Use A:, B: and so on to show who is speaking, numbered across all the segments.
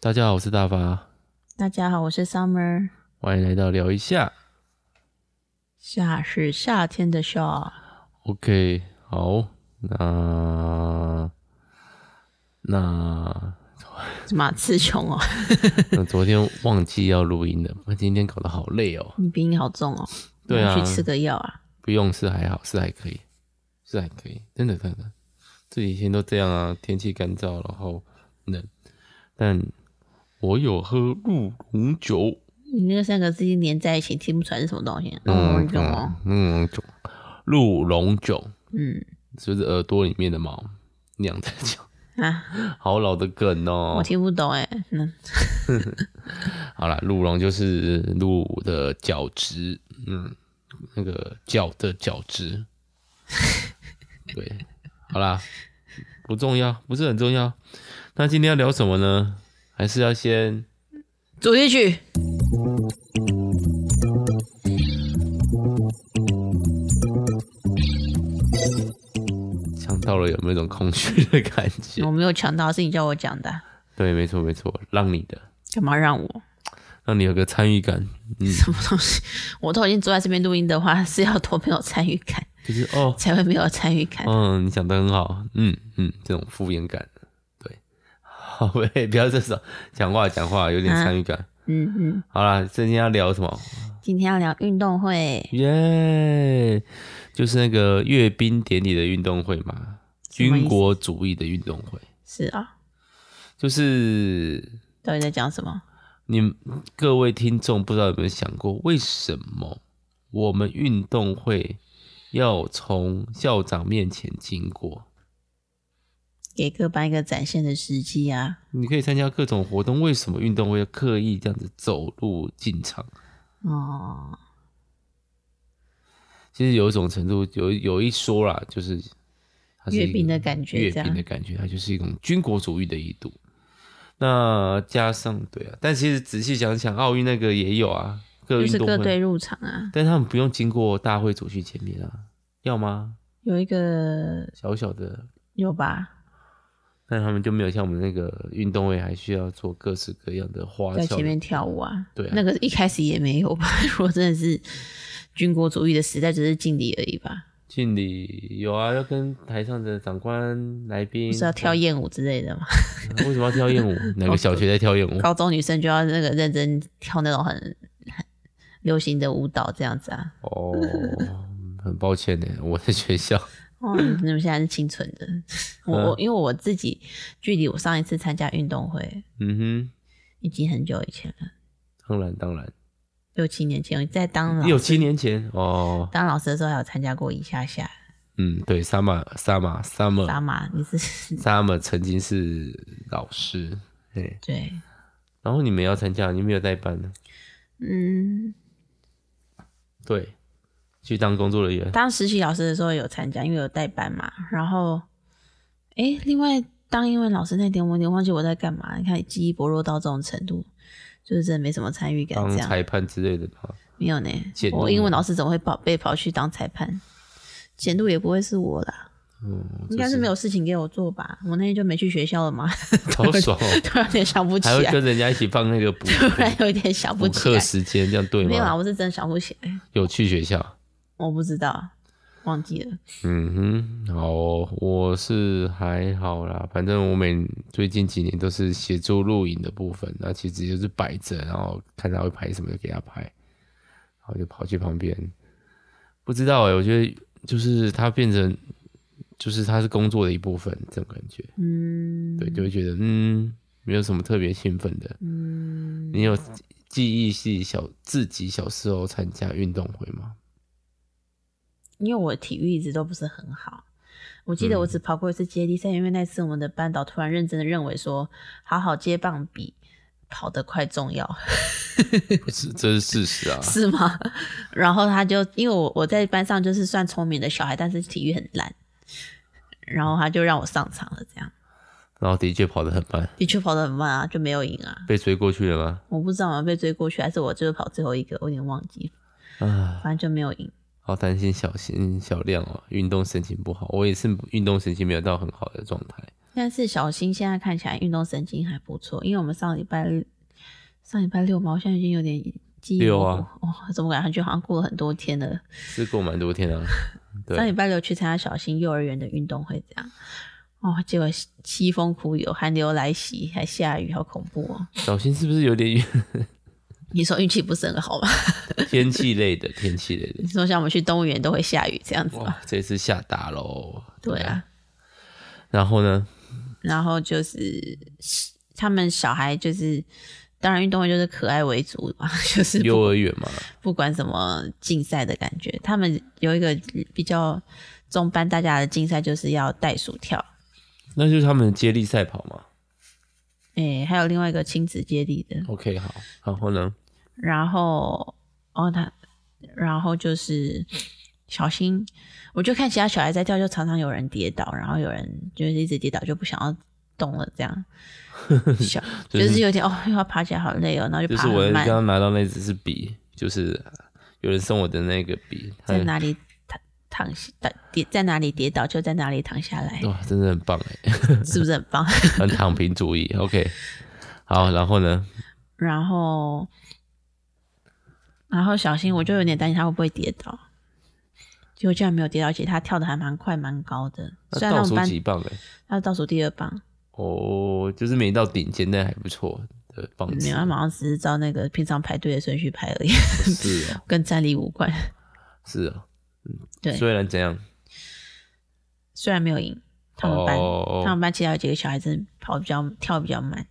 A: 大家好，我是大发，
B: 大家好，我是 Summer，
A: 欢迎来到聊一下。
B: 夏是夏天的夏，
A: OK，好，那那
B: 什么啊刺穷哦，
A: 那昨天忘记要录音了，我 今天搞得好累哦。
B: 你鼻音好重哦，
A: 对啊
B: 你要去吃个药啊，
A: 不用是还好，是还可以，是还可以，真的真的，这几天都这样啊，天气干燥，然后冷，但我有喝鹿茸酒，
B: 你那个三个字连在一起听不出来是什么东西、啊，
A: 嗯
B: 嗯，懂哦，
A: 嗯，酒，鹿茸酒
B: 嗯
A: 就是耳朵里面的毛酿的酒，
B: 啊，
A: 好老的梗哦。
B: 我听不懂哎，嗯，
A: 好啦，鹿茸就是鹿的角质，嗯，那个角的角质。对，好啦，不重要，不是很重要。那今天要聊什么呢？还是要先
B: 主题曲，
A: 想到了有没有一种空虚的感觉
B: 我？没有抢到，是你叫我讲的，啊
A: 对，没错没错，让你的，
B: 干嘛让我？
A: 让你有个参与感，
B: 什么东西？ 我都已经坐在这边录音的话，是要多没有参与感，
A: 就是哦，
B: 才会没有参与感。
A: 嗯，你想的很好，嗯嗯，这种敷衍感，对， 好，喂，不要这种讲话讲话有点参与感。
B: 嗯嗯，
A: 好啦，今天要聊什么？
B: 今天要聊运动会，
A: 耶、就是那个阅兵典礼的运动会嘛，
B: 什么意
A: 军
B: 思
A: 国主义的运动会，
B: 是啊，
A: 就是
B: 到底在讲什么？
A: 你们各位听众不知道有没有想过，为什么我们运动会要从校长面前经过？
B: 给各班一个展现的时机啊。
A: 你可以参加各种活动，为什么运动会要刻意这样子走路进场？
B: 哦，
A: 其实有一种程度，有有一说啦，就是它是一个
B: 阅兵的感觉
A: 阅
B: 这样
A: 兵的感觉，它就是一种军国主义的一度。那加上对啊，但其实仔细想想，奥运那个也有啊，各
B: 就
A: 运
B: 是
A: 动
B: 各队
A: 会，
B: 入场啊，
A: 但他们不用经过大会主席前面啊，要吗？
B: 有一个
A: 小小的，
B: 有吧，
A: 但他们就没有像我们那个运动会还需要做各式各样的花
B: 在
A: 俏
B: 前面跳舞啊，
A: 对啊
B: 那个一开始也没有吧。 如果真的是军国主义的时代，只是敬礼而已吧，
A: 敬礼，有啊，要跟台上的长官、来宾
B: 不是要
A: 嗯
B: 跳艳舞之类的嘛。
A: 为什么要跳 艳舞？哪个小学在跳艳舞？
B: 高中女生就要那个认真跳那种很很流行的舞蹈这样子啊。
A: 哦，很抱歉呢，我在学校。
B: 哦，你们现在是清纯的，我
A: 嗯
B: 我因为我自己距离我上一次参加运动会
A: 嗯
B: 已经很久以前了，
A: 哼，当然当然，
B: 六七年前，我在当 老
A: 六七年前 哦，
B: 当老师的时候还有参加过一下下。
A: 嗯，对，summer summer summer
B: 打马，你是
A: summer 曾经是老师，对，
B: 对，
A: 然后你们要参加，你没有代班呢，
B: 嗯，
A: 对，去当工作人员，
B: 当实习老师的时候有参加，因为有代班嘛。然后，诶，另外当英文老师那点，我有点忘记我在干嘛。你看记忆薄弱到这种程度，就是真的没什么参与感，
A: 当
B: 这样
A: 裁判之类的嘛。
B: 没有呢
A: 监。督
B: 我英文老师怎么会跑被跑去当裁判？监督也不会是我啦，
A: 嗯，
B: 应该是没有事情给我做吧？我那天就没去学校了嘛，
A: 好爽哦，
B: 突然有点想不起
A: 还会
B: 来，
A: 跟人家一起放那 个补
B: 突然有一点想
A: 补
B: 不
A: 补
B: 起
A: 课
B: 来。
A: 时间，这样对
B: 没有啊，
A: 吗？
B: 我是真的想不起来，
A: 有去学校。
B: 我不知道，忘记了。
A: 嗯哼，好哦、我是还好啦，反正我每最近几年都是协助录影的部分，那其实就是摆着，然后看他会拍什么就给他拍，然后就跑去旁边。不知道哎、我觉得就是它变成，就是它是工作的一部分，这种感觉，
B: 嗯，
A: 对，就会觉得嗯，没有什么特别兴奋的。
B: 嗯，
A: 你有记忆系小自己小时候参加运动会吗？
B: 因为我体育一直都不是很好，我记得我只跑过一次接力赛，因为那次我们的班导突然认真的认为说，好好接棒比跑得快重要，
A: 不是，这是事实啊。
B: 是吗？ 然后他就因为我我在班上就是算聪明的小孩，但是体育很烂，然后他就让我上场了，这样
A: 然后的确跑得很慢，
B: 的确跑得很慢啊，就没有赢啊。
A: 被追过去了吗？
B: 我不知道我被追过去，还是我就是跑最后一个，我有点忘记，
A: 啊，
B: 反正就没有赢。
A: 好担心小新小亮哦，运动神情不好。我也是运动神情没有到很好的状态，
B: 那但是小新现在看起来运动神经还不错，因为我们上礼拜上礼拜六嘛，我现在已经有点记忆
A: 六
B: 模糊
A: 啊，
B: 哦，怎么感觉好像过了很多天了？
A: 是过蛮多 天啊。
B: 上礼
A: 对，
B: 拜六去参加小新幼儿园的运动会，这样哦，结果凄风苦雨，寒流来袭，还下雨，好恐怖哦！
A: 小新是不是有点
B: 你说运气不是很好吧？
A: 天气类的？天气类的
B: 你，说像我们去动物园都会下雨这样子吧？
A: 哇，这次下大喽。
B: 对啊，，
A: 然后呢？
B: 然后就是他们小孩就是，当然运动会就是可爱为主嘛， 就是不
A: 幼儿园嘛，
B: 不管什么竞赛的感觉，他们有一个比较中班大家的竞赛就是要袋鼠跳，
A: 那就是他们的接力赛跑嘛。
B: 诶、还有另外一个亲子接力的，
A: OK，好，然后呢？
B: 然后哦他，然后就是小新，我就看其他小孩在跳，就常常有人跌倒，然后有人就是一直跌倒就不想要动了，这样，小
A: 就是
B: 就是有点哦，又要爬起来好累哦，然后就
A: 就
B: 爬
A: 是我刚
B: 很慢，
A: 刚拿到那只是笔，就是有人送我的那个笔，它
B: 在哪里躺躺下跌在哪里跌倒就在哪里躺下来，
A: 哇，真的很棒哎，
B: 是不是很棒？
A: 很躺平主义。OK，好，然后呢？
B: 然后，然后小新，我就有点担心他会不会跌倒，结果竟然没有跌倒，而且他跳的还蛮快蛮高的。虽
A: 那
B: 然
A: 倒
B: 我们
A: 数
B: 班
A: 几棒哎，
B: 他是倒数第二棒，
A: 哦，就是没到顶尖，但还不错的棒
B: 没
A: 子
B: 有，，他马上只是照那个平常排队的顺序排而已，
A: 是哦，
B: 跟站立无关。
A: 是哦，
B: 对，
A: 虽然怎样，
B: 虽然没有赢他们班，
A: 哦
B: 他们班其他有几个小孩子跑比较跳比较慢，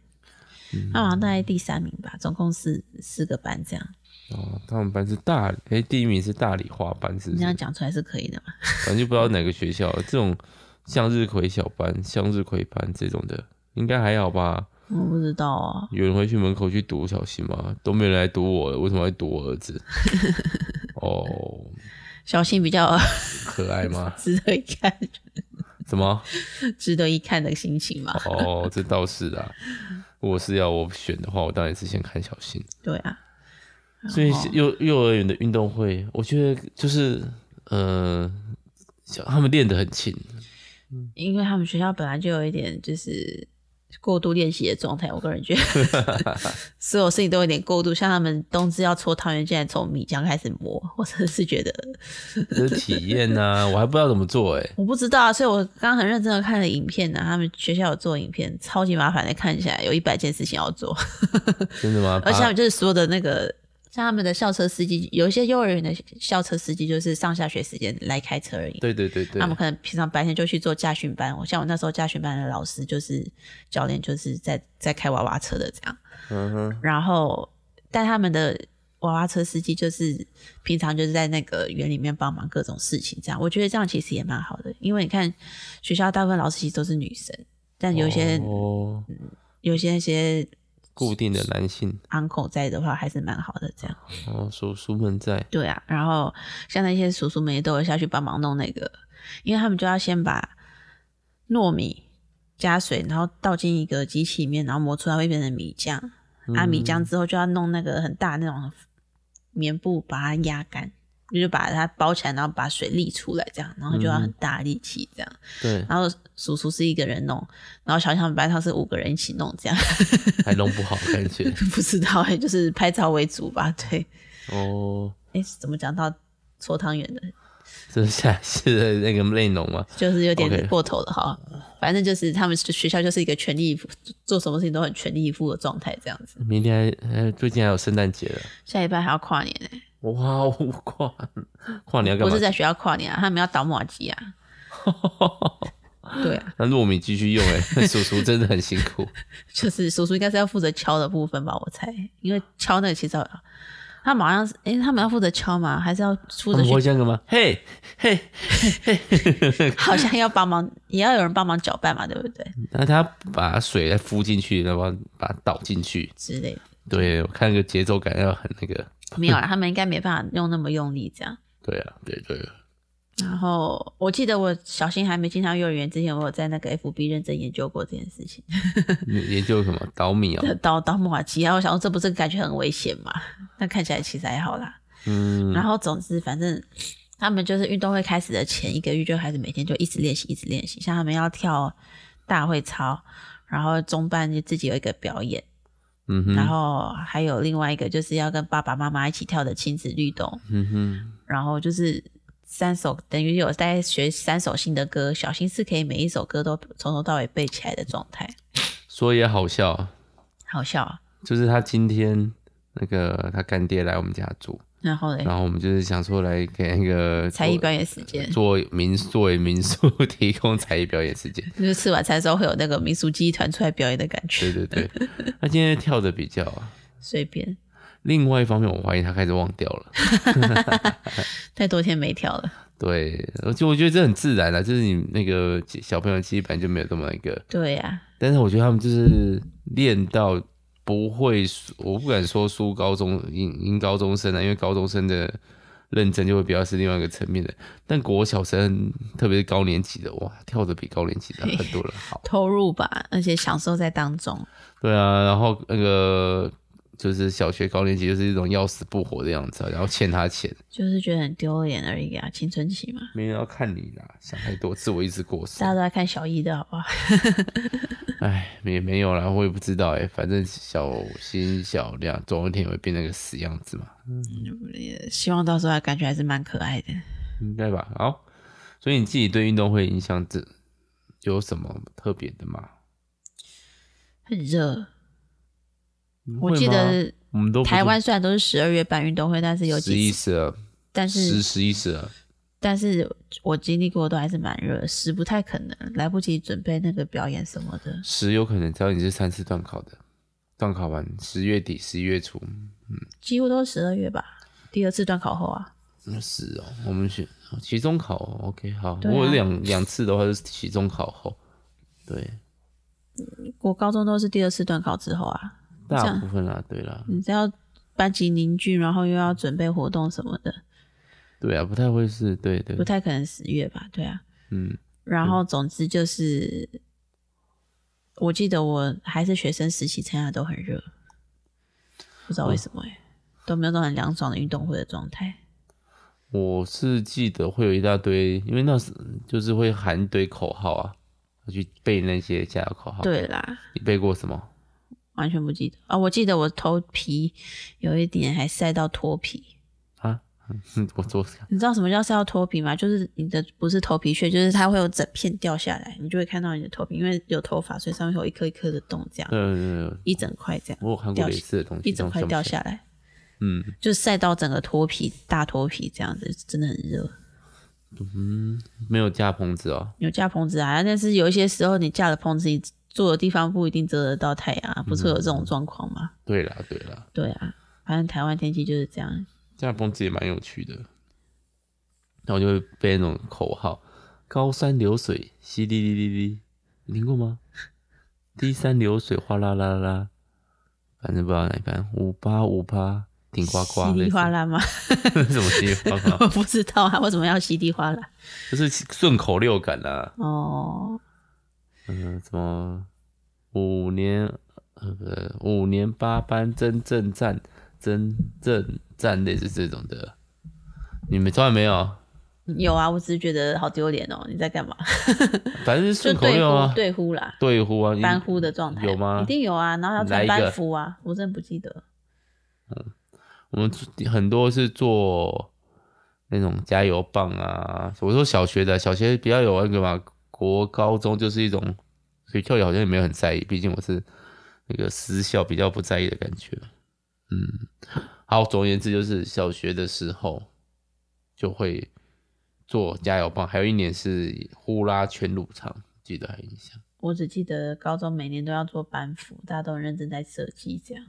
A: 嗯
B: 他好像大概第三名吧，总共四四个班这样。
A: 哦，他们班是大，哎，第一名是大理花班，是不
B: 你
A: 是
B: 这？样讲出来是可以的嘛？
A: 反正就不知道哪个学校，这种向日葵小班、向日葵班这种的，应该还好吧？
B: 我不知道哦。
A: 有人会去门口去堵小新吗？都没有人来堵我了，为什么会堵我儿子？哦，
B: 小新比较？
A: 可爱吗
B: 值得一看，
A: 什么？
B: 值得一看的心情嘛。
A: 哦，这倒是啦。如果是要我选的话，我当然是先看小新。
B: 对啊，然
A: 所以
B: 后
A: 幼幼儿园的运动会，我觉得就是呃，小他们练得很勤，
B: 因为他们学校本来就有一点就是过度练习的状态，我个人觉得所有事情都有点过度，像他们冬至要搓汤圆，竟然从米浆开始磨，我真的是觉得
A: 这是体验呐、我还不知道怎么做哎、
B: 我不知道啊，所以我刚刚很认真的看了影片啊呢、他们学校有做影片，超级麻烦的，看起来有一百件事情要做，
A: 真的吗？
B: 而且他
A: 把
B: 们就是所有的那个。像他们的校车司机，有一些幼儿园的校车司机就是上下学时间来开车而已。
A: 对对对对
B: 他，们可能平常白天就去做驾训班，我像我那时候驾训班的老师就是教练，就是在在开娃娃车的这样。
A: 嗯哼，
B: 然后，但他们的娃娃车司机就是平常就是在那个园里面帮忙各种事情这样。我觉得这样其实也蛮好的，因为你看学校大部分老师其实都是女生，但有一些、
A: 哦，
B: 有一些那些
A: 固定的男性
B: uncle 在的话，还是蛮好的这样。
A: 哦，叔叔们在
B: 对啊，然后像那些叔叔们也都有下去帮忙弄那个，因为他们就要先把糯米加水，然后倒进一个机器里面，然后磨出来会变成米浆。啊，米浆之后就要弄那个很大那种棉布把它压干，就是把它包起来，然后把水沥出来，这样，然后就要很大力气这样。
A: 对，
B: 然后叔叔是一个人弄，然后小小白他是五个人一起弄，这样
A: 还弄不好感觉
B: 不知道哎、就是拍照为主吧？对，
A: 哦，
B: 哎、怎么讲到搓汤圆的？
A: 这是下次的那个内容吗？
B: 就是有
A: OK
B: 点过头了哈。反正就是他们学校就是一个全力以赴，做什么事情都很全力以赴的状态，这样子。
A: 明天还呃，最近还有圣诞节了，
B: 下礼拜还要跨年呢、
A: 哇，我跨跨年要
B: 不是
A: 干嘛？
B: 在学校跨年啊，他们要倒马 机啊。对啊，
A: 那糯米继续用哎、 叔叔真的很辛苦，
B: 就是叔叔应该是要负责敲的部分吧，我猜，因为敲那个其实要他们好像是，诶、他们要负责敲吗？还是要负
A: 他
B: 责
A: 们会
B: 去？
A: 这样吗？嘿，嘿，
B: 好像要帮忙，也要有人帮忙搅拌嘛，对不对？
A: 那他把水再敷进去，然后把它倒进去，
B: 之类的，
A: 对我看个节奏感要很那个，
B: 没有啦，他们应该没办法用那么用力这样。
A: 对啊，对对
B: 然后我记得我小新还没进上幼儿园之前，我有在那个 FB 认真研究过这件事情。
A: 你研究什么倒米 啊、
B: 到到木瓦基啊，我想说这不是感觉很危险 嘛？但看起来其实还好啦。
A: 嗯，
B: 然后总之反正他们就是运动会开始的前一个月就开始每天就一直练习，一直练习。像他们要跳大会操，然后中班就自己有一个表演，
A: 嗯哼，
B: 然后还有另外一个就是要跟爸爸妈妈一起跳的亲子律动，
A: 嗯哼，
B: 然后就是三首，等于有大概学三首新的歌，小新是可以每一首歌都从头到尾背起来的状态，
A: 说也好笑啊，
B: 好笑啊。
A: 就是他今天那个他干爹来我们家住，
B: 然后嘞，
A: 然后我们就是想说来给那个
B: 才艺表演时间，
A: 做民作为民宿提供才艺表演时间。
B: 就是吃晚餐的时候会有那个民俗记忆团出来表演的感
A: 对
B: 觉，
A: 对对，他今天跳的比较啊。
B: 随便。
A: 另外一方面，我怀疑他开始忘掉了。
B: 太多天没跳了，
A: 对，而且我觉得这很自然啦，就是你那个小朋友记忆本来就没有这么那个，
B: 对呀、
A: 但是我觉得他们就是练到不会输，我不敢说输高中赢赢高中生啊，因为高中生的认真就会比较是另外一个层面的。但国小生，特别是高年级的，哇，跳的比高年级的很多人好。
B: 投入吧，而且享受在当中。
A: 对啊，然后那个就是小学高年级就是一种要死不活的样子啊，然后欠他钱，
B: 就是觉得很丢脸而已啊，青春期嘛，
A: 没人要看你啦，想太多，自我意识过
B: 大
A: 剩
B: 家。都在看小一的好不好？
A: 哎，也没有啦，我也不知道哎、反正小心小亮，总有一天也会变那个死样子嘛，
B: 呃希望到时候感觉还是蛮可爱的。
A: 应该吧？好，所以你自己对运动会影响这有什么特别的吗？
B: 很热，我
A: 会
B: 记
A: 吗
B: 得
A: 我们都不
B: 台
A: 是
B: 湾虽然都是十二月办运动会，但是有
A: 十一
B: 几次，
A: 十二
B: 但
A: 十
B: 是
A: 十一十二，
B: 但是我经历过都还是蛮热，十不太可能来不及准备那个表演什么的。
A: 十有可能只要你是三次段考的，段考完十月底十一月初，
B: 几乎都是十二月吧。第二次段考后啊，
A: 那是哦，我们学期中考哦，OK，好，
B: 对啊
A: 我有两两次的话就是期中考后，对，
B: 我高中都是第二次段考之后啊，这
A: 大
B: 样
A: 部分啦，对啦，
B: 你知道班级凝聚，然后又要准备活动什么的，
A: 对啊，不太会是，对对
B: 不，太可能十月吧？对啊，
A: 嗯，
B: 然后总之就是，我记得我还是学生时期参加的都很热，不知道为什么哎、都没有那种很凉爽的运动会的状态。
A: 我是记得会有一大堆，因为那时就是会喊一堆口号啊，要去背那些加油口号。，
B: 对啦，
A: 你背过什么？
B: 完全不记得啊、我记得我头皮有一点还晒到脱皮，
A: 我做
B: 你知道什么叫晒到脱皮吗？就是你的不是头皮屑，就是它会有整片掉下来，你就会看到你的头皮，因为有头发，所以上面会有一颗一颗的洞，这样
A: 对对对，
B: 一整块这样
A: 我有看过类似的东西，
B: 一整块掉下来，
A: 嗯
B: 就晒到整个脱皮，大脱皮这样子，真的很热。
A: 嗯，没有架棚子哦，
B: 有架棚子啊，但是有一些时候你架了棚子，你住的地方不一定遮得到太阳啊，不是有这种状况吗？
A: 对啦对啦，
B: 对啊，反正台湾天气就是这样。
A: 架棚子也蛮有趣的。那我就会背那种口号：高山流水淅沥沥沥沥，你听过吗？低山流水哗啦啦啦，反正不知道哪一班，五八五八，顶呱呱，
B: 稀里哗啦吗？
A: 类似 什么稀里哗啦
B: 我 不知道啊，为什么要稀里哗啦？
A: 就是顺口溜感啦、
B: 哦，
A: 嗯，什么五年呃不对五年八班真正战真正战类似这种的，你们从来没有？
B: 有啊，我只是觉得好丢脸哦，你在干 嘛？
A: 反正是
B: 就
A: 顺口
B: 对
A: 溜啊
B: 呼，对呼啦，
A: 对呼啊，
B: 班呼的状态
A: 有吗
B: 一定有啊，然后要
A: 来
B: 穿
A: 一个
B: 班服啊，我真的不记得。
A: 我们很多是做那种加油棒啊，我说小学的，小学比较有那个嘛，国高中就是一种，所以跳也好像也没有很在意，毕竟我是那个私校比较不在意的感觉。嗯，好，总而言之就是小学的时候就会做加油棒，还有一年是呼啦圈入场，记得还有印象。
B: 我只记得高中每年都要做班服，大家都很认真在设计这样。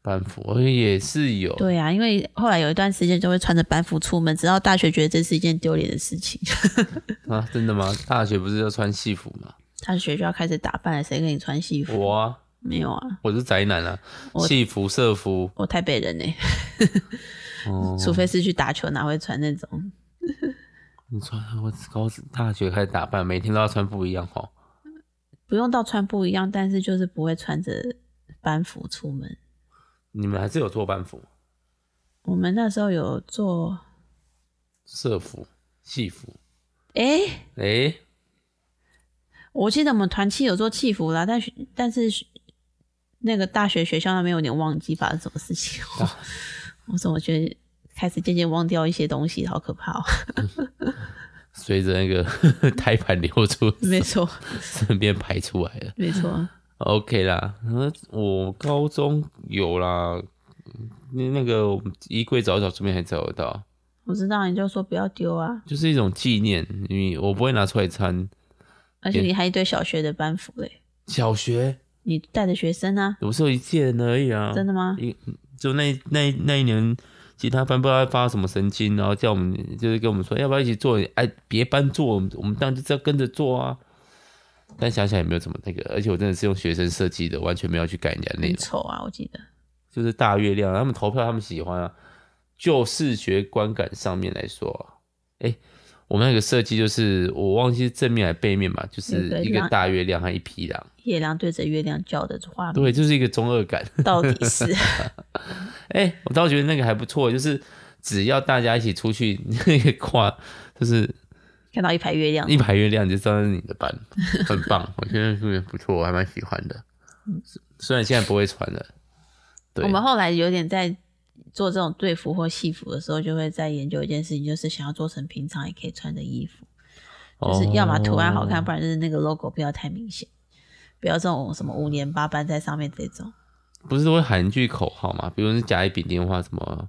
A: 班服我也是有，
B: 对啊，因为后来有一段时间就会穿着班服出门，直到大学觉得这是一件丢脸的事情。
A: 啊，真的吗？大学不是要穿戏服吗？
B: 大学就要开始打扮了，谁跟你穿戏服？
A: 我啊。
B: 没有啊，
A: 我是宅男啊，
B: 我
A: 戏服、社服，
B: 我台北人呢、欸
A: 哦，
B: 除非是去打球，哪会穿那种？
A: 你穿我高大学开始打扮，每天都要穿不一样哦。
B: 不用到穿不一样，但是就是不会穿着班服出门。
A: 你们还是有做班服、
B: 我们那时候有做，
A: 社服、戏服，
B: 诶、
A: 诶，
B: 我记得我们团契有做祈福啦，但是但是那个大学学校那边有点忘记发生什么事情，我 我怎么觉得开始渐渐忘掉一些东西，好可怕哦！
A: 随着那个 胎盘流出，
B: 没错，
A: 顺便排出来了。
B: 没错，
A: OK 啦，呃我高中有啦，那那个我们衣柜找一找，顺便还找得到，
B: 我知道，你就说不要丢啊，
A: 就是一种纪念。你我不会拿出来穿。
B: 而且你还一堆小学的班服嘞，
A: 小学
B: 你带的学生啊，
A: 我是有一届人而已啊，
B: 真的吗？
A: 一就那那那一年，其他班不知道发什么神经，然后叫我们就是跟我们说要不要一起做，哎，别班做，我们我们当然就是要跟着做啊。但想想也没有怎么那个，而且我真的是用学生设计的，完全没有去改人家内
B: 很
A: 容，
B: 丑啊，我记得。
A: 就是大月亮，他们投票他们喜欢啊。就视觉观感上面来说啊，哎、我们那个设计就是我忘记是正面还是背面嘛，就是
B: 有个
A: 一个
B: 狼
A: 大月亮和一匹狼，
B: 夜郎对着月亮叫的画面，
A: 对，就是一个中二感。
B: 到底是
A: 哎、我倒觉得那个还不错，就是只要大家一起出去那个跨，就是
B: 看到一排月亮
A: 一排月亮，你就知道是你的班，很棒，我觉得是不错，我还蛮喜欢的。虽然现在不会穿了，对
B: 嗯我，们后来有点在做这种队服或戏服的时候，就会在研究一件事情，就是想要做成平常也可以穿的衣服，就是要么图案好看，
A: 哦
B: 不然就是那个 logo 不要太明显，不要这种什么五年八班在上面这种。
A: 不是都会喊一句口号嘛？比如是甲乙丙丁话什么，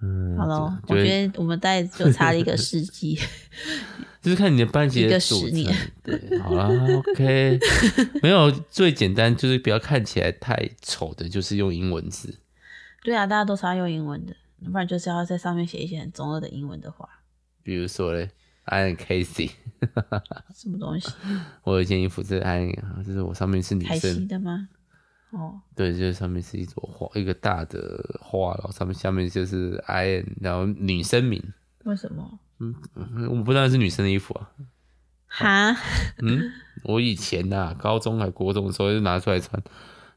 A: 嗯，
B: 好了，
A: 就
B: 我
A: 就会
B: 觉得我们大概就差了一个世纪，
A: 就是看你的班级
B: 一
A: 的
B: 个
A: 组
B: 十
A: 成
B: 年。
A: 对，好啦，OK，没有最简单就是不要看起来太丑的，就是用英文字。
B: 对啊，大家都是要用英文的，不然就是要在上面写一些很中二的英文的话，
A: 比如说嘞，I am Casey，
B: 什么东西？
A: 我有一件衣服是 I，am，就是我上面是女
B: 开心
A: 生，
B: 的 吗？哦，
A: 对，就是上面是一朵花，一个大的花，然后上面下面就是 I am，然后女生名，
B: 为什么？
A: 嗯我不知道是女生的衣服啊，
B: 哈，
A: 嗯，我以前呐、高中还国中的时候就拿出来穿。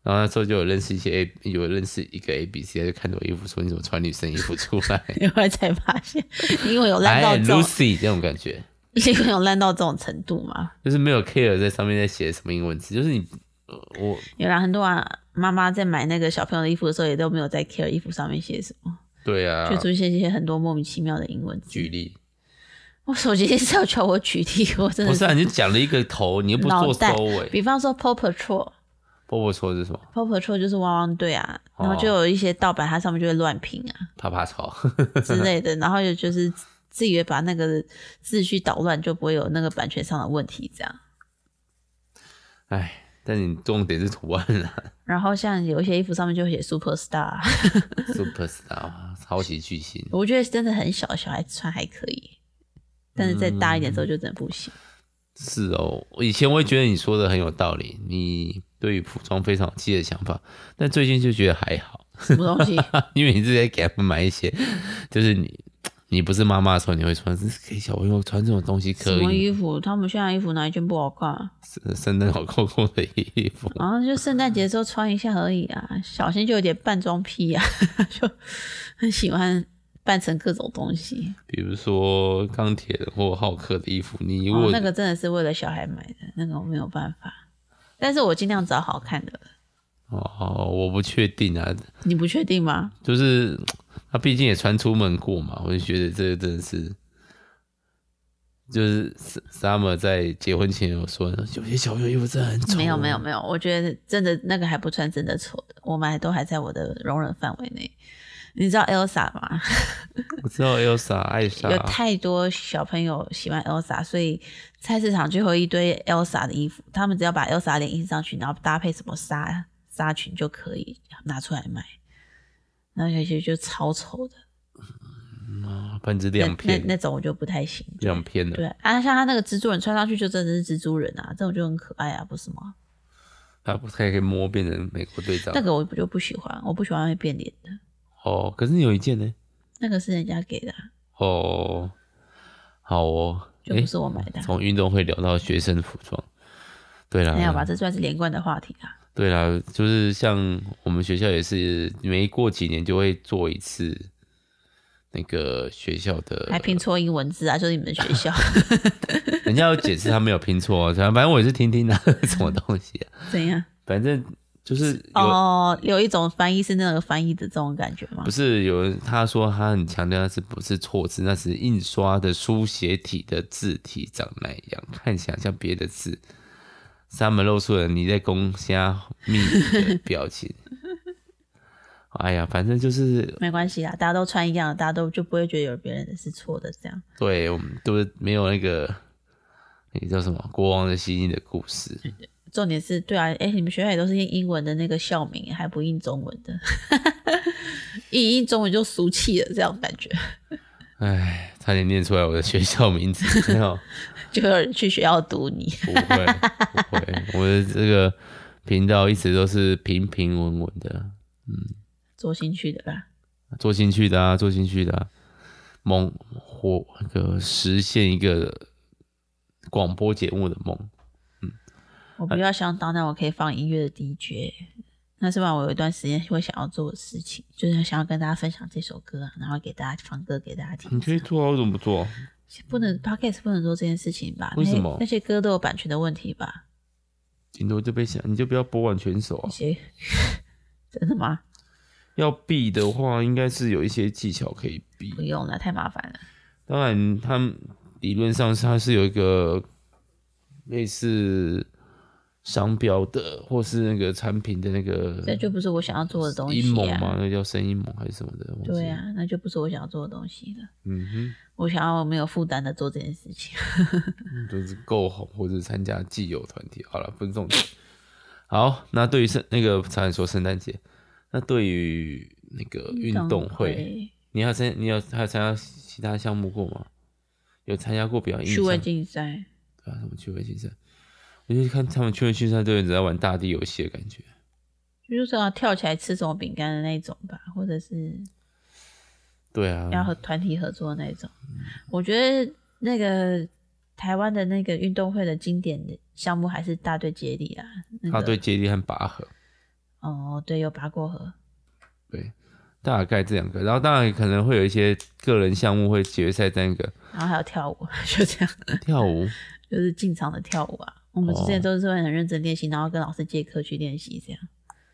A: 然后那时候就有认识一些 A，有认识一个 A B C，他就看着我衣服说：“你怎么穿女生衣服出来
B: 原来才发现，英文有 烂
A: ？”I
B: 到
A: am
B: 这种
A: Lucy 这种感觉，
B: 英文有烂到这种程度吗？
A: 就是没有 care 在上面在写什么英文字，就是你呃我
B: 有啦，很多啊，妈妈在买那个小朋友的衣服的时候，也都没有在 care 衣服上面写什么，
A: 对啊
B: 就，出现一些很多莫名其妙的英文字
A: 举。例，
B: 我手机是要求我举例，我真
A: 不
B: 的
A: 是啊，你就讲了一个头，你又不
B: 嗯脑
A: 做
B: 袋
A: 收尾。
B: 比方说 p o p e r t r o l
A: 波波说的是什么？
B: p o p e r t r o l 就是汪汪队啊，
A: 哦
B: 然后就有一些盗版，它上面就会乱拼 啊
A: 啪啪草，
B: 之类的，然后也就是自己会把那个字序捣乱，就不会有那个版权上的问题这样。
A: 哎，但你重点是图案啊
B: 然后像有一些衣服上面就会写啊 super star，
A: ，superstar 超级巨星。
B: 我觉得真的很小的小孩穿还可以，但是再大一点之后
A: 嗯
B: 就真的不行。
A: 是哦，我以前我也觉得你说的很有道理，你对于服装非常有自己的想法，但最近就觉得还好，
B: 什么东西？
A: 因为你是在给他们买一些，就是你你不是妈妈的时候你会穿，是给小朋友穿这种东西
B: 什
A: 可
B: 么
A: 以
B: 衣服？他们现在衣服哪一件不好看啊？
A: 吗，圣诞老公公的衣服，
B: 然后就圣诞节的时候穿一下而已啊，小新就有点扮装癖啊， 就很喜欢扮成各种东西。
A: 比如说钢铁人或浩克的衣服，你如
B: 哦
A: 果、
B: 那个真的是为了小孩买的，那个我没有办法。但是我尽量找好看的。
A: 哦，我不确定啊，
B: 你不确定吗？
A: 就是他毕竟也穿出门过嘛，我就觉得这个真的是，就是 Summer 在结婚前有说，有些小朋友衣服真的很丑，啊
B: 没有没有，没有，我觉得真的那个还不算真的丑的，我们还都还在我的容忍范围内。你知道 Elsa 吗？
A: 我知道 Elsa 艾莎
B: 有太多小朋友喜欢 Elsa，所以菜市场就会有一堆 Elsa 的衣服，他们只要把 Elsa 的脸印上去，然后搭配什么纱纱裙就可以拿出来卖。然后有些就超丑的，
A: 啊，分之
B: 那
A: 两
B: 那
A: 片
B: 那种我就不太行。
A: 两片的，
B: 对啊，像他那个蜘蛛人穿上去就真的是蜘蛛人啊，这种就很可爱啊，不是吗？
A: 他不太可以摸变成美国队长
B: 那个我就不喜欢，我不喜欢会变脸的，
A: 哦，可是你有一件呢，
B: 那个是人家给的啊、
A: 哦，好哦，
B: 就
A: 诶
B: 不是我买的啊。
A: 从运动会聊到学生服装，对啦，
B: 没有吧？这算是连贯的话题啊。
A: 对啦，就是像我们学校也是每过几年就会做一次那个学校的
B: 还拼错英文字啊，就是你们学 校
A: 人家有解释他没有拼错啊，反正我也是听听的、 什么东西啊，
B: 怎样？
A: 反正就是有、
B: 哦，有一种翻译是那个翻译的这种感觉吗
A: 不？是有人他说他很强调那是不是错字，那是印刷的书写体的字体长那样，看起来像别的字，是他们露出了你在攻虾密语的表情。 哎呀，反正就是
B: 没关系啦，大家都穿一样的，大家都就不会觉得有别人的是错的这样。
A: 对我们都是没有那个，那个叫什么国王的蜥蜴的故事，
B: 重点是对啊，哎、你们学校也都是印英文的那个校名，还不印中文的， 一印中文就俗气了，这样感觉
A: 哎，差点念出来我的学校名字，没有，
B: 就有人去学校堵你。
A: 不会不会，我的这个频道一直都是平平稳稳的，
B: 做兴趣的啦，
A: 做兴趣的啊，做兴趣的、啊，梦或那个实现一个广播节目的梦，
B: 我比较想当那我可以放音乐的 DJ，那是吧？我有一段时间会想要做的事情，就是想要跟大家分享这首歌啊，然后给大家放歌给大家听。
A: 你可以做啊，为什么不做？
B: 不能 podcast 不能做这件事情吧？
A: 为什
B: 那
A: 么
B: 那些歌都有版权的问题吧？
A: 顶多就被想，你就不要播完全首啊
B: 那。些 真的吗？
A: 要避的话，应该是有一些技巧可以避
B: 不。用了，太麻烦了。
A: 当然，他们理论上是它是有一个类似商标的，或是那个产品的那个
B: 这就不是我想要做的东西、啊。
A: 嗯阴谋吗？那个叫声音盟还是什么的？忘记
B: 对
A: 了，
B: 啊，那就不是我想要做的东西了。
A: 嗯
B: 我想要没有负担的做这件事情。
A: 哼，就是够红或者参加既有团体。好了，不是重点。好，那对于圣那个差点说圣诞节，那对于那个呃运动会，你要参你有还有参加其他项目过吗？有参加过比较印
B: 趣
A: 象
B: 味竞赛，
A: 对啊，什么趣味竞赛？我就看他们趣味竞赛都有人在玩大地游戏的感觉。
B: 就是要跳起来吃什么饼干的那一种吧，或者
A: 嗯
B: 是
A: 对啊，
B: 要和团体合作的那一种。
A: 嗯
B: 我觉得那个台湾的那个运动会的经典的项目还是大队接力啊。那
A: 他
B: 个
A: 对接力和拔河，
B: 哦，对，有拔过河，
A: 对，大概这两个。然后当然可能会有一些个人项目会决赛在那个
B: 然后还有跳舞， 就这样，
A: 跳舞。
B: 就是进场的跳舞啊。我们之
A: 哦
B: 前都是会很认真练习，然后跟老师借课去练习这样。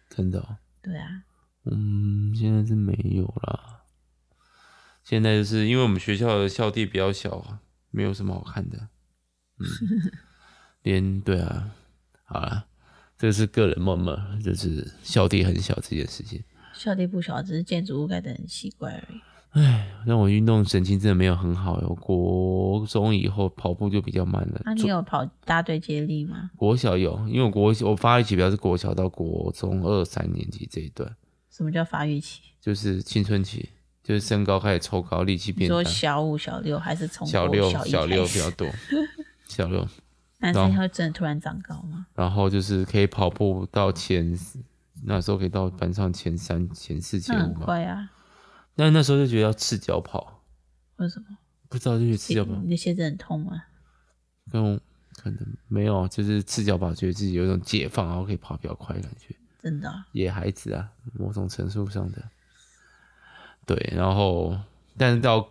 A: 真的、哦，
B: 对啊，
A: 嗯，现在是没有啦。现在就是因为我们学校的校地比较小啊，没有什么好看的。嗯，连对啊，好啦，这是个人梦梦，就是校地很小这件事情，
B: 校地不小，只是建筑物盖得很奇怪而已。
A: 让我运动神经真的没有很好哟。我国中以后跑步就比较慢了，
B: 啊那、你有跑大队接力吗？
A: 国小有，因为我国我发育期表是国小到国中二三年级这一段，
B: 什么叫发育期？
A: 就是青春期，就是身高开始抽高，力气
B: 你
A: 变大
B: 说。小五、小六还是从
A: 小
B: 国
A: 六
B: 小一
A: 小
B: 开
A: 六比
B: 始
A: 较 多，小六，
B: 男生会真的突然长高吗？
A: 然后就是可以跑步到前，那时候可以到班上前三、前四、
B: 那
A: 前
B: 很
A: 五嘛。
B: 快啊！
A: 但那时候就觉得要赤脚跑，
B: 为什么？
A: 不知道就觉得赤脚跑
B: 你，你的鞋子很痛吗？
A: 跟我可能没有，就是赤脚跑，觉得自己有一种解放，然后可以跑比较快的感觉。
B: 真的啊、
A: 野孩子啊，某种程度上的。对，然后但是到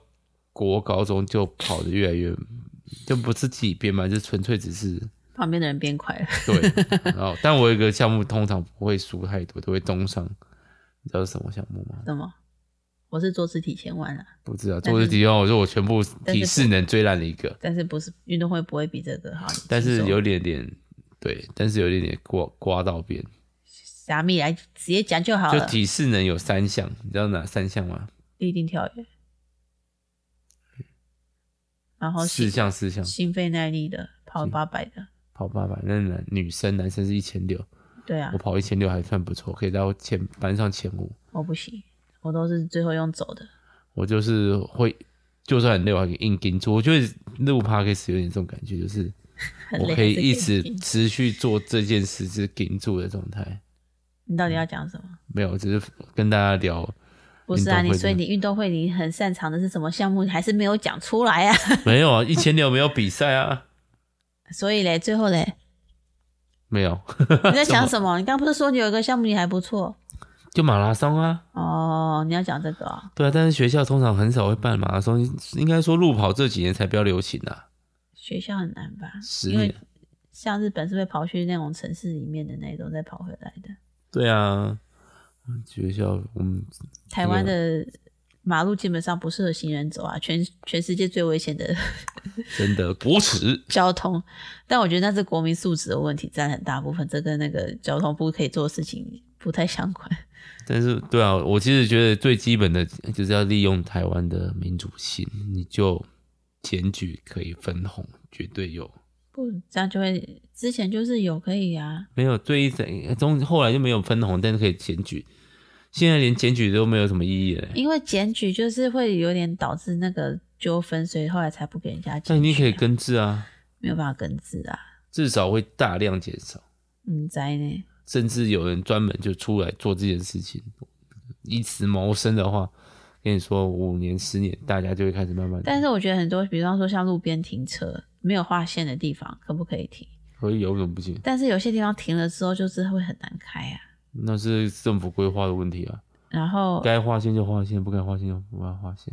A: 国高中就跑得越来越，就不是自己编嘛，就纯粹只是
B: 旁边的人变快了，
A: 对。然后，但我有一个项目通常不会输太多，都会中上。你知道是什么项目吗？
B: 怎么？我是做肢体前弯啊，
A: 不知道。
B: 但
A: 做
B: 是
A: 这题哦，我说我全部
B: 但是
A: 体适能追烂了一个，
B: 但是不是运动会不会比这个好？
A: 但是
B: 请
A: 有
B: 说
A: 点点对，但是有点点刮刮到边。
B: 傻咪来直接讲就好
A: 就
B: 了。
A: 体适能有三项，你知道哪三项吗？
B: 立定跳跃，然后
A: 四
B: 心
A: 项，四项。
B: 心肺耐力的，跑八百的，
A: 跑八百，那男女生男生是一千六，
B: 对啊
A: 我，跑一千六还算不错，可以到前班上前五。
B: 我不行，我都是最后用走的。
A: 我就是会，就算很累，我还可以硬盯住。我觉得录 podcast 有点这种感觉，就是
B: 很 累
A: 我可以
B: 还是可以
A: 一直
B: 盯
A: 持续做这件事，是盯住的状态。
B: 你到底要讲什么？
A: 没有，只是跟大家聊，
B: 不是
A: 嗯运
B: 啊，
A: 动
B: 你
A: 会
B: 所以你运动会你很擅长的是什么项目？你还是没有讲出 来啊？
A: 没有啊，一千六没有比赛啊，
B: 所以嘞，最 后嘞，
A: 没有。
B: 你在想什么？你刚不是说你有一个项目你还不错？
A: 就马拉松啊，
B: 哦，你要讲这个啊、
A: 对啊，但是学校通常很少会办马拉松，应该说路跑这几年才比较流行啊。
B: 学校很难吧？
A: 十
B: 因为
A: 年
B: 像日本是会跑去那种城市里面的那种再跑回来的，
A: 对啊，学校我们
B: 台湾的马路基本上不适合行人走啊，全全世界最危险的
A: 真的 国耻，
B: 交通。但我觉得那是国民素质的问题，占很大部分，这跟那个交通部可以做的事情不太相关。
A: 但是对啊，我其实觉得最基本的就是要利用台湾的民主性，你就检举可以分红，绝对有。
B: 不，这样就会之前就是有可以啊，
A: 没有，最一整中后来就没有分红，但是可以检举。现在连检举都没有什么意义了。欸
B: 因为检举就是会有点导致那个纠纷，所以后来才不给人家检
A: 但
B: 举、
A: 你
B: 啊。
A: 可以根治啊，
B: 没有办法根治啊，
A: 至少会大量减少，
B: 嗯，在呢。
A: 甚至有人专门就出来做这件事情，以此谋生的话，跟你说五年十年，大家就会开始慢慢。
B: 但是我觉得很多，比方说像路边停车没有划线的地方，可不可以停？
A: 可以有为什么不行？
B: 但是有些地方停了之后，就是会很难开啊。
A: 那是政府规划的问题啊。
B: 然后
A: 该划线就划线，不该划线就不该划线。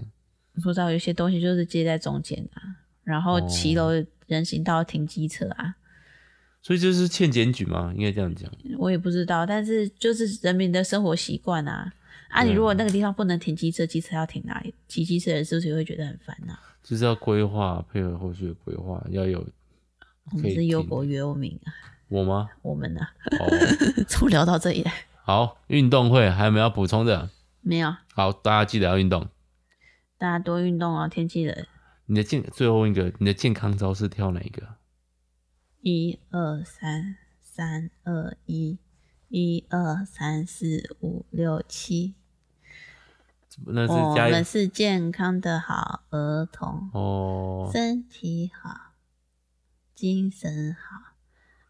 B: 不知道有些东西就是接在中间啊，然后
A: 哦
B: 骑楼人行道停机车啊，
A: 所以就是欠检举嘛，应该这样讲。
B: 我也不知道。但是就是人民的生活习惯啊，啊，
A: 对啊
B: 你如果那个地方不能停机车，机车要停哪里？骑机车的人是不是也会觉得很烦恼？
A: 就是要规划，配合后续的规划，要有
B: 我
A: 可
B: 们
A: 以
B: 是忧
A: 停
B: 国忧民啊，
A: 我吗？
B: 我们啊，
A: 哦，
B: 怎么聊到这里来？
A: 好，运动会还有没有要补充的？
B: 没有，
A: 好，大家记得要运动。
B: 大家多运动哦，天气冷。
A: 你的健最后一个，你的健康招式跳哪一个？
B: 一二三，三二一，一二三四五六七。
A: 那
B: 我
A: 是加
B: 们
A: 油
B: 哦是健康的好儿童，
A: 哦，
B: 身体好，精神好，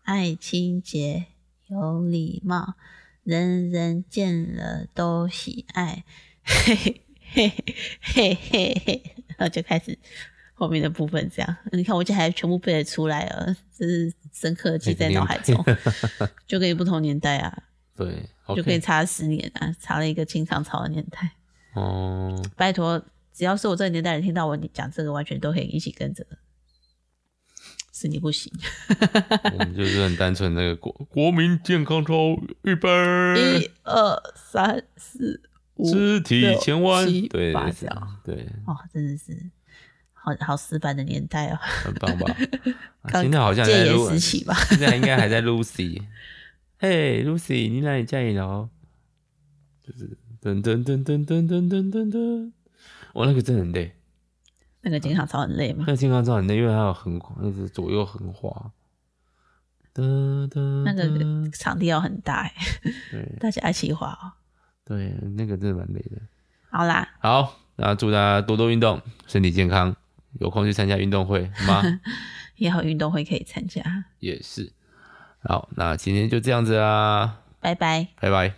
B: 爱清洁，有礼貌，人人见了都喜爱。嘿嘿嘿嘿嘿嘿，然后就开始后面的部分这样。你看，我这还全部背得出来了，这是深刻地记在脑海中，就跟你不同年代啊
A: 对
B: 就可以
A: ，OK，
B: 差十年啊，差了一个清唐朝的年代。
A: 哦，
B: 拜托，只要是我这个年代人听到我讲这个，完全都可以一起跟着。是你不行，
A: 我们就是很单纯那个国国民健康操，预备，
B: 一二三四五，
A: 肢体
B: 六
A: 前弯，
B: 七
A: 对，
B: 八
A: 类似
B: 角
A: 对，
B: 哦，真的是好好死板的年代哦，
A: 很棒 吧？啊
B: 刚
A: 现在好像还
B: 戒
A: 在
B: 严
A: 录
B: 时期吧？
A: 现在应该还在 Lucy。嘿、hey,，Lucy，你哪里加油哦？就是噔噔噔噔噔噔噔噔噔，我那个真的很累，
B: 那个健康操很累嘛
A: 那，个健康操很累，因为它有横跨，一直左右横滑。噔噔，
B: 那个
A: 噔
B: 场地要很大哎，
A: 对
B: 大家一起滑哦。
A: 对，那个真的蛮累的。
B: 好啦，
A: 好，那祝大家多多运动，身体健康，有空去参加运动会吗？
B: 也好运动会可以参加，
A: 也是。好，那今天就这样子啦，
B: 拜拜。
A: 拜拜。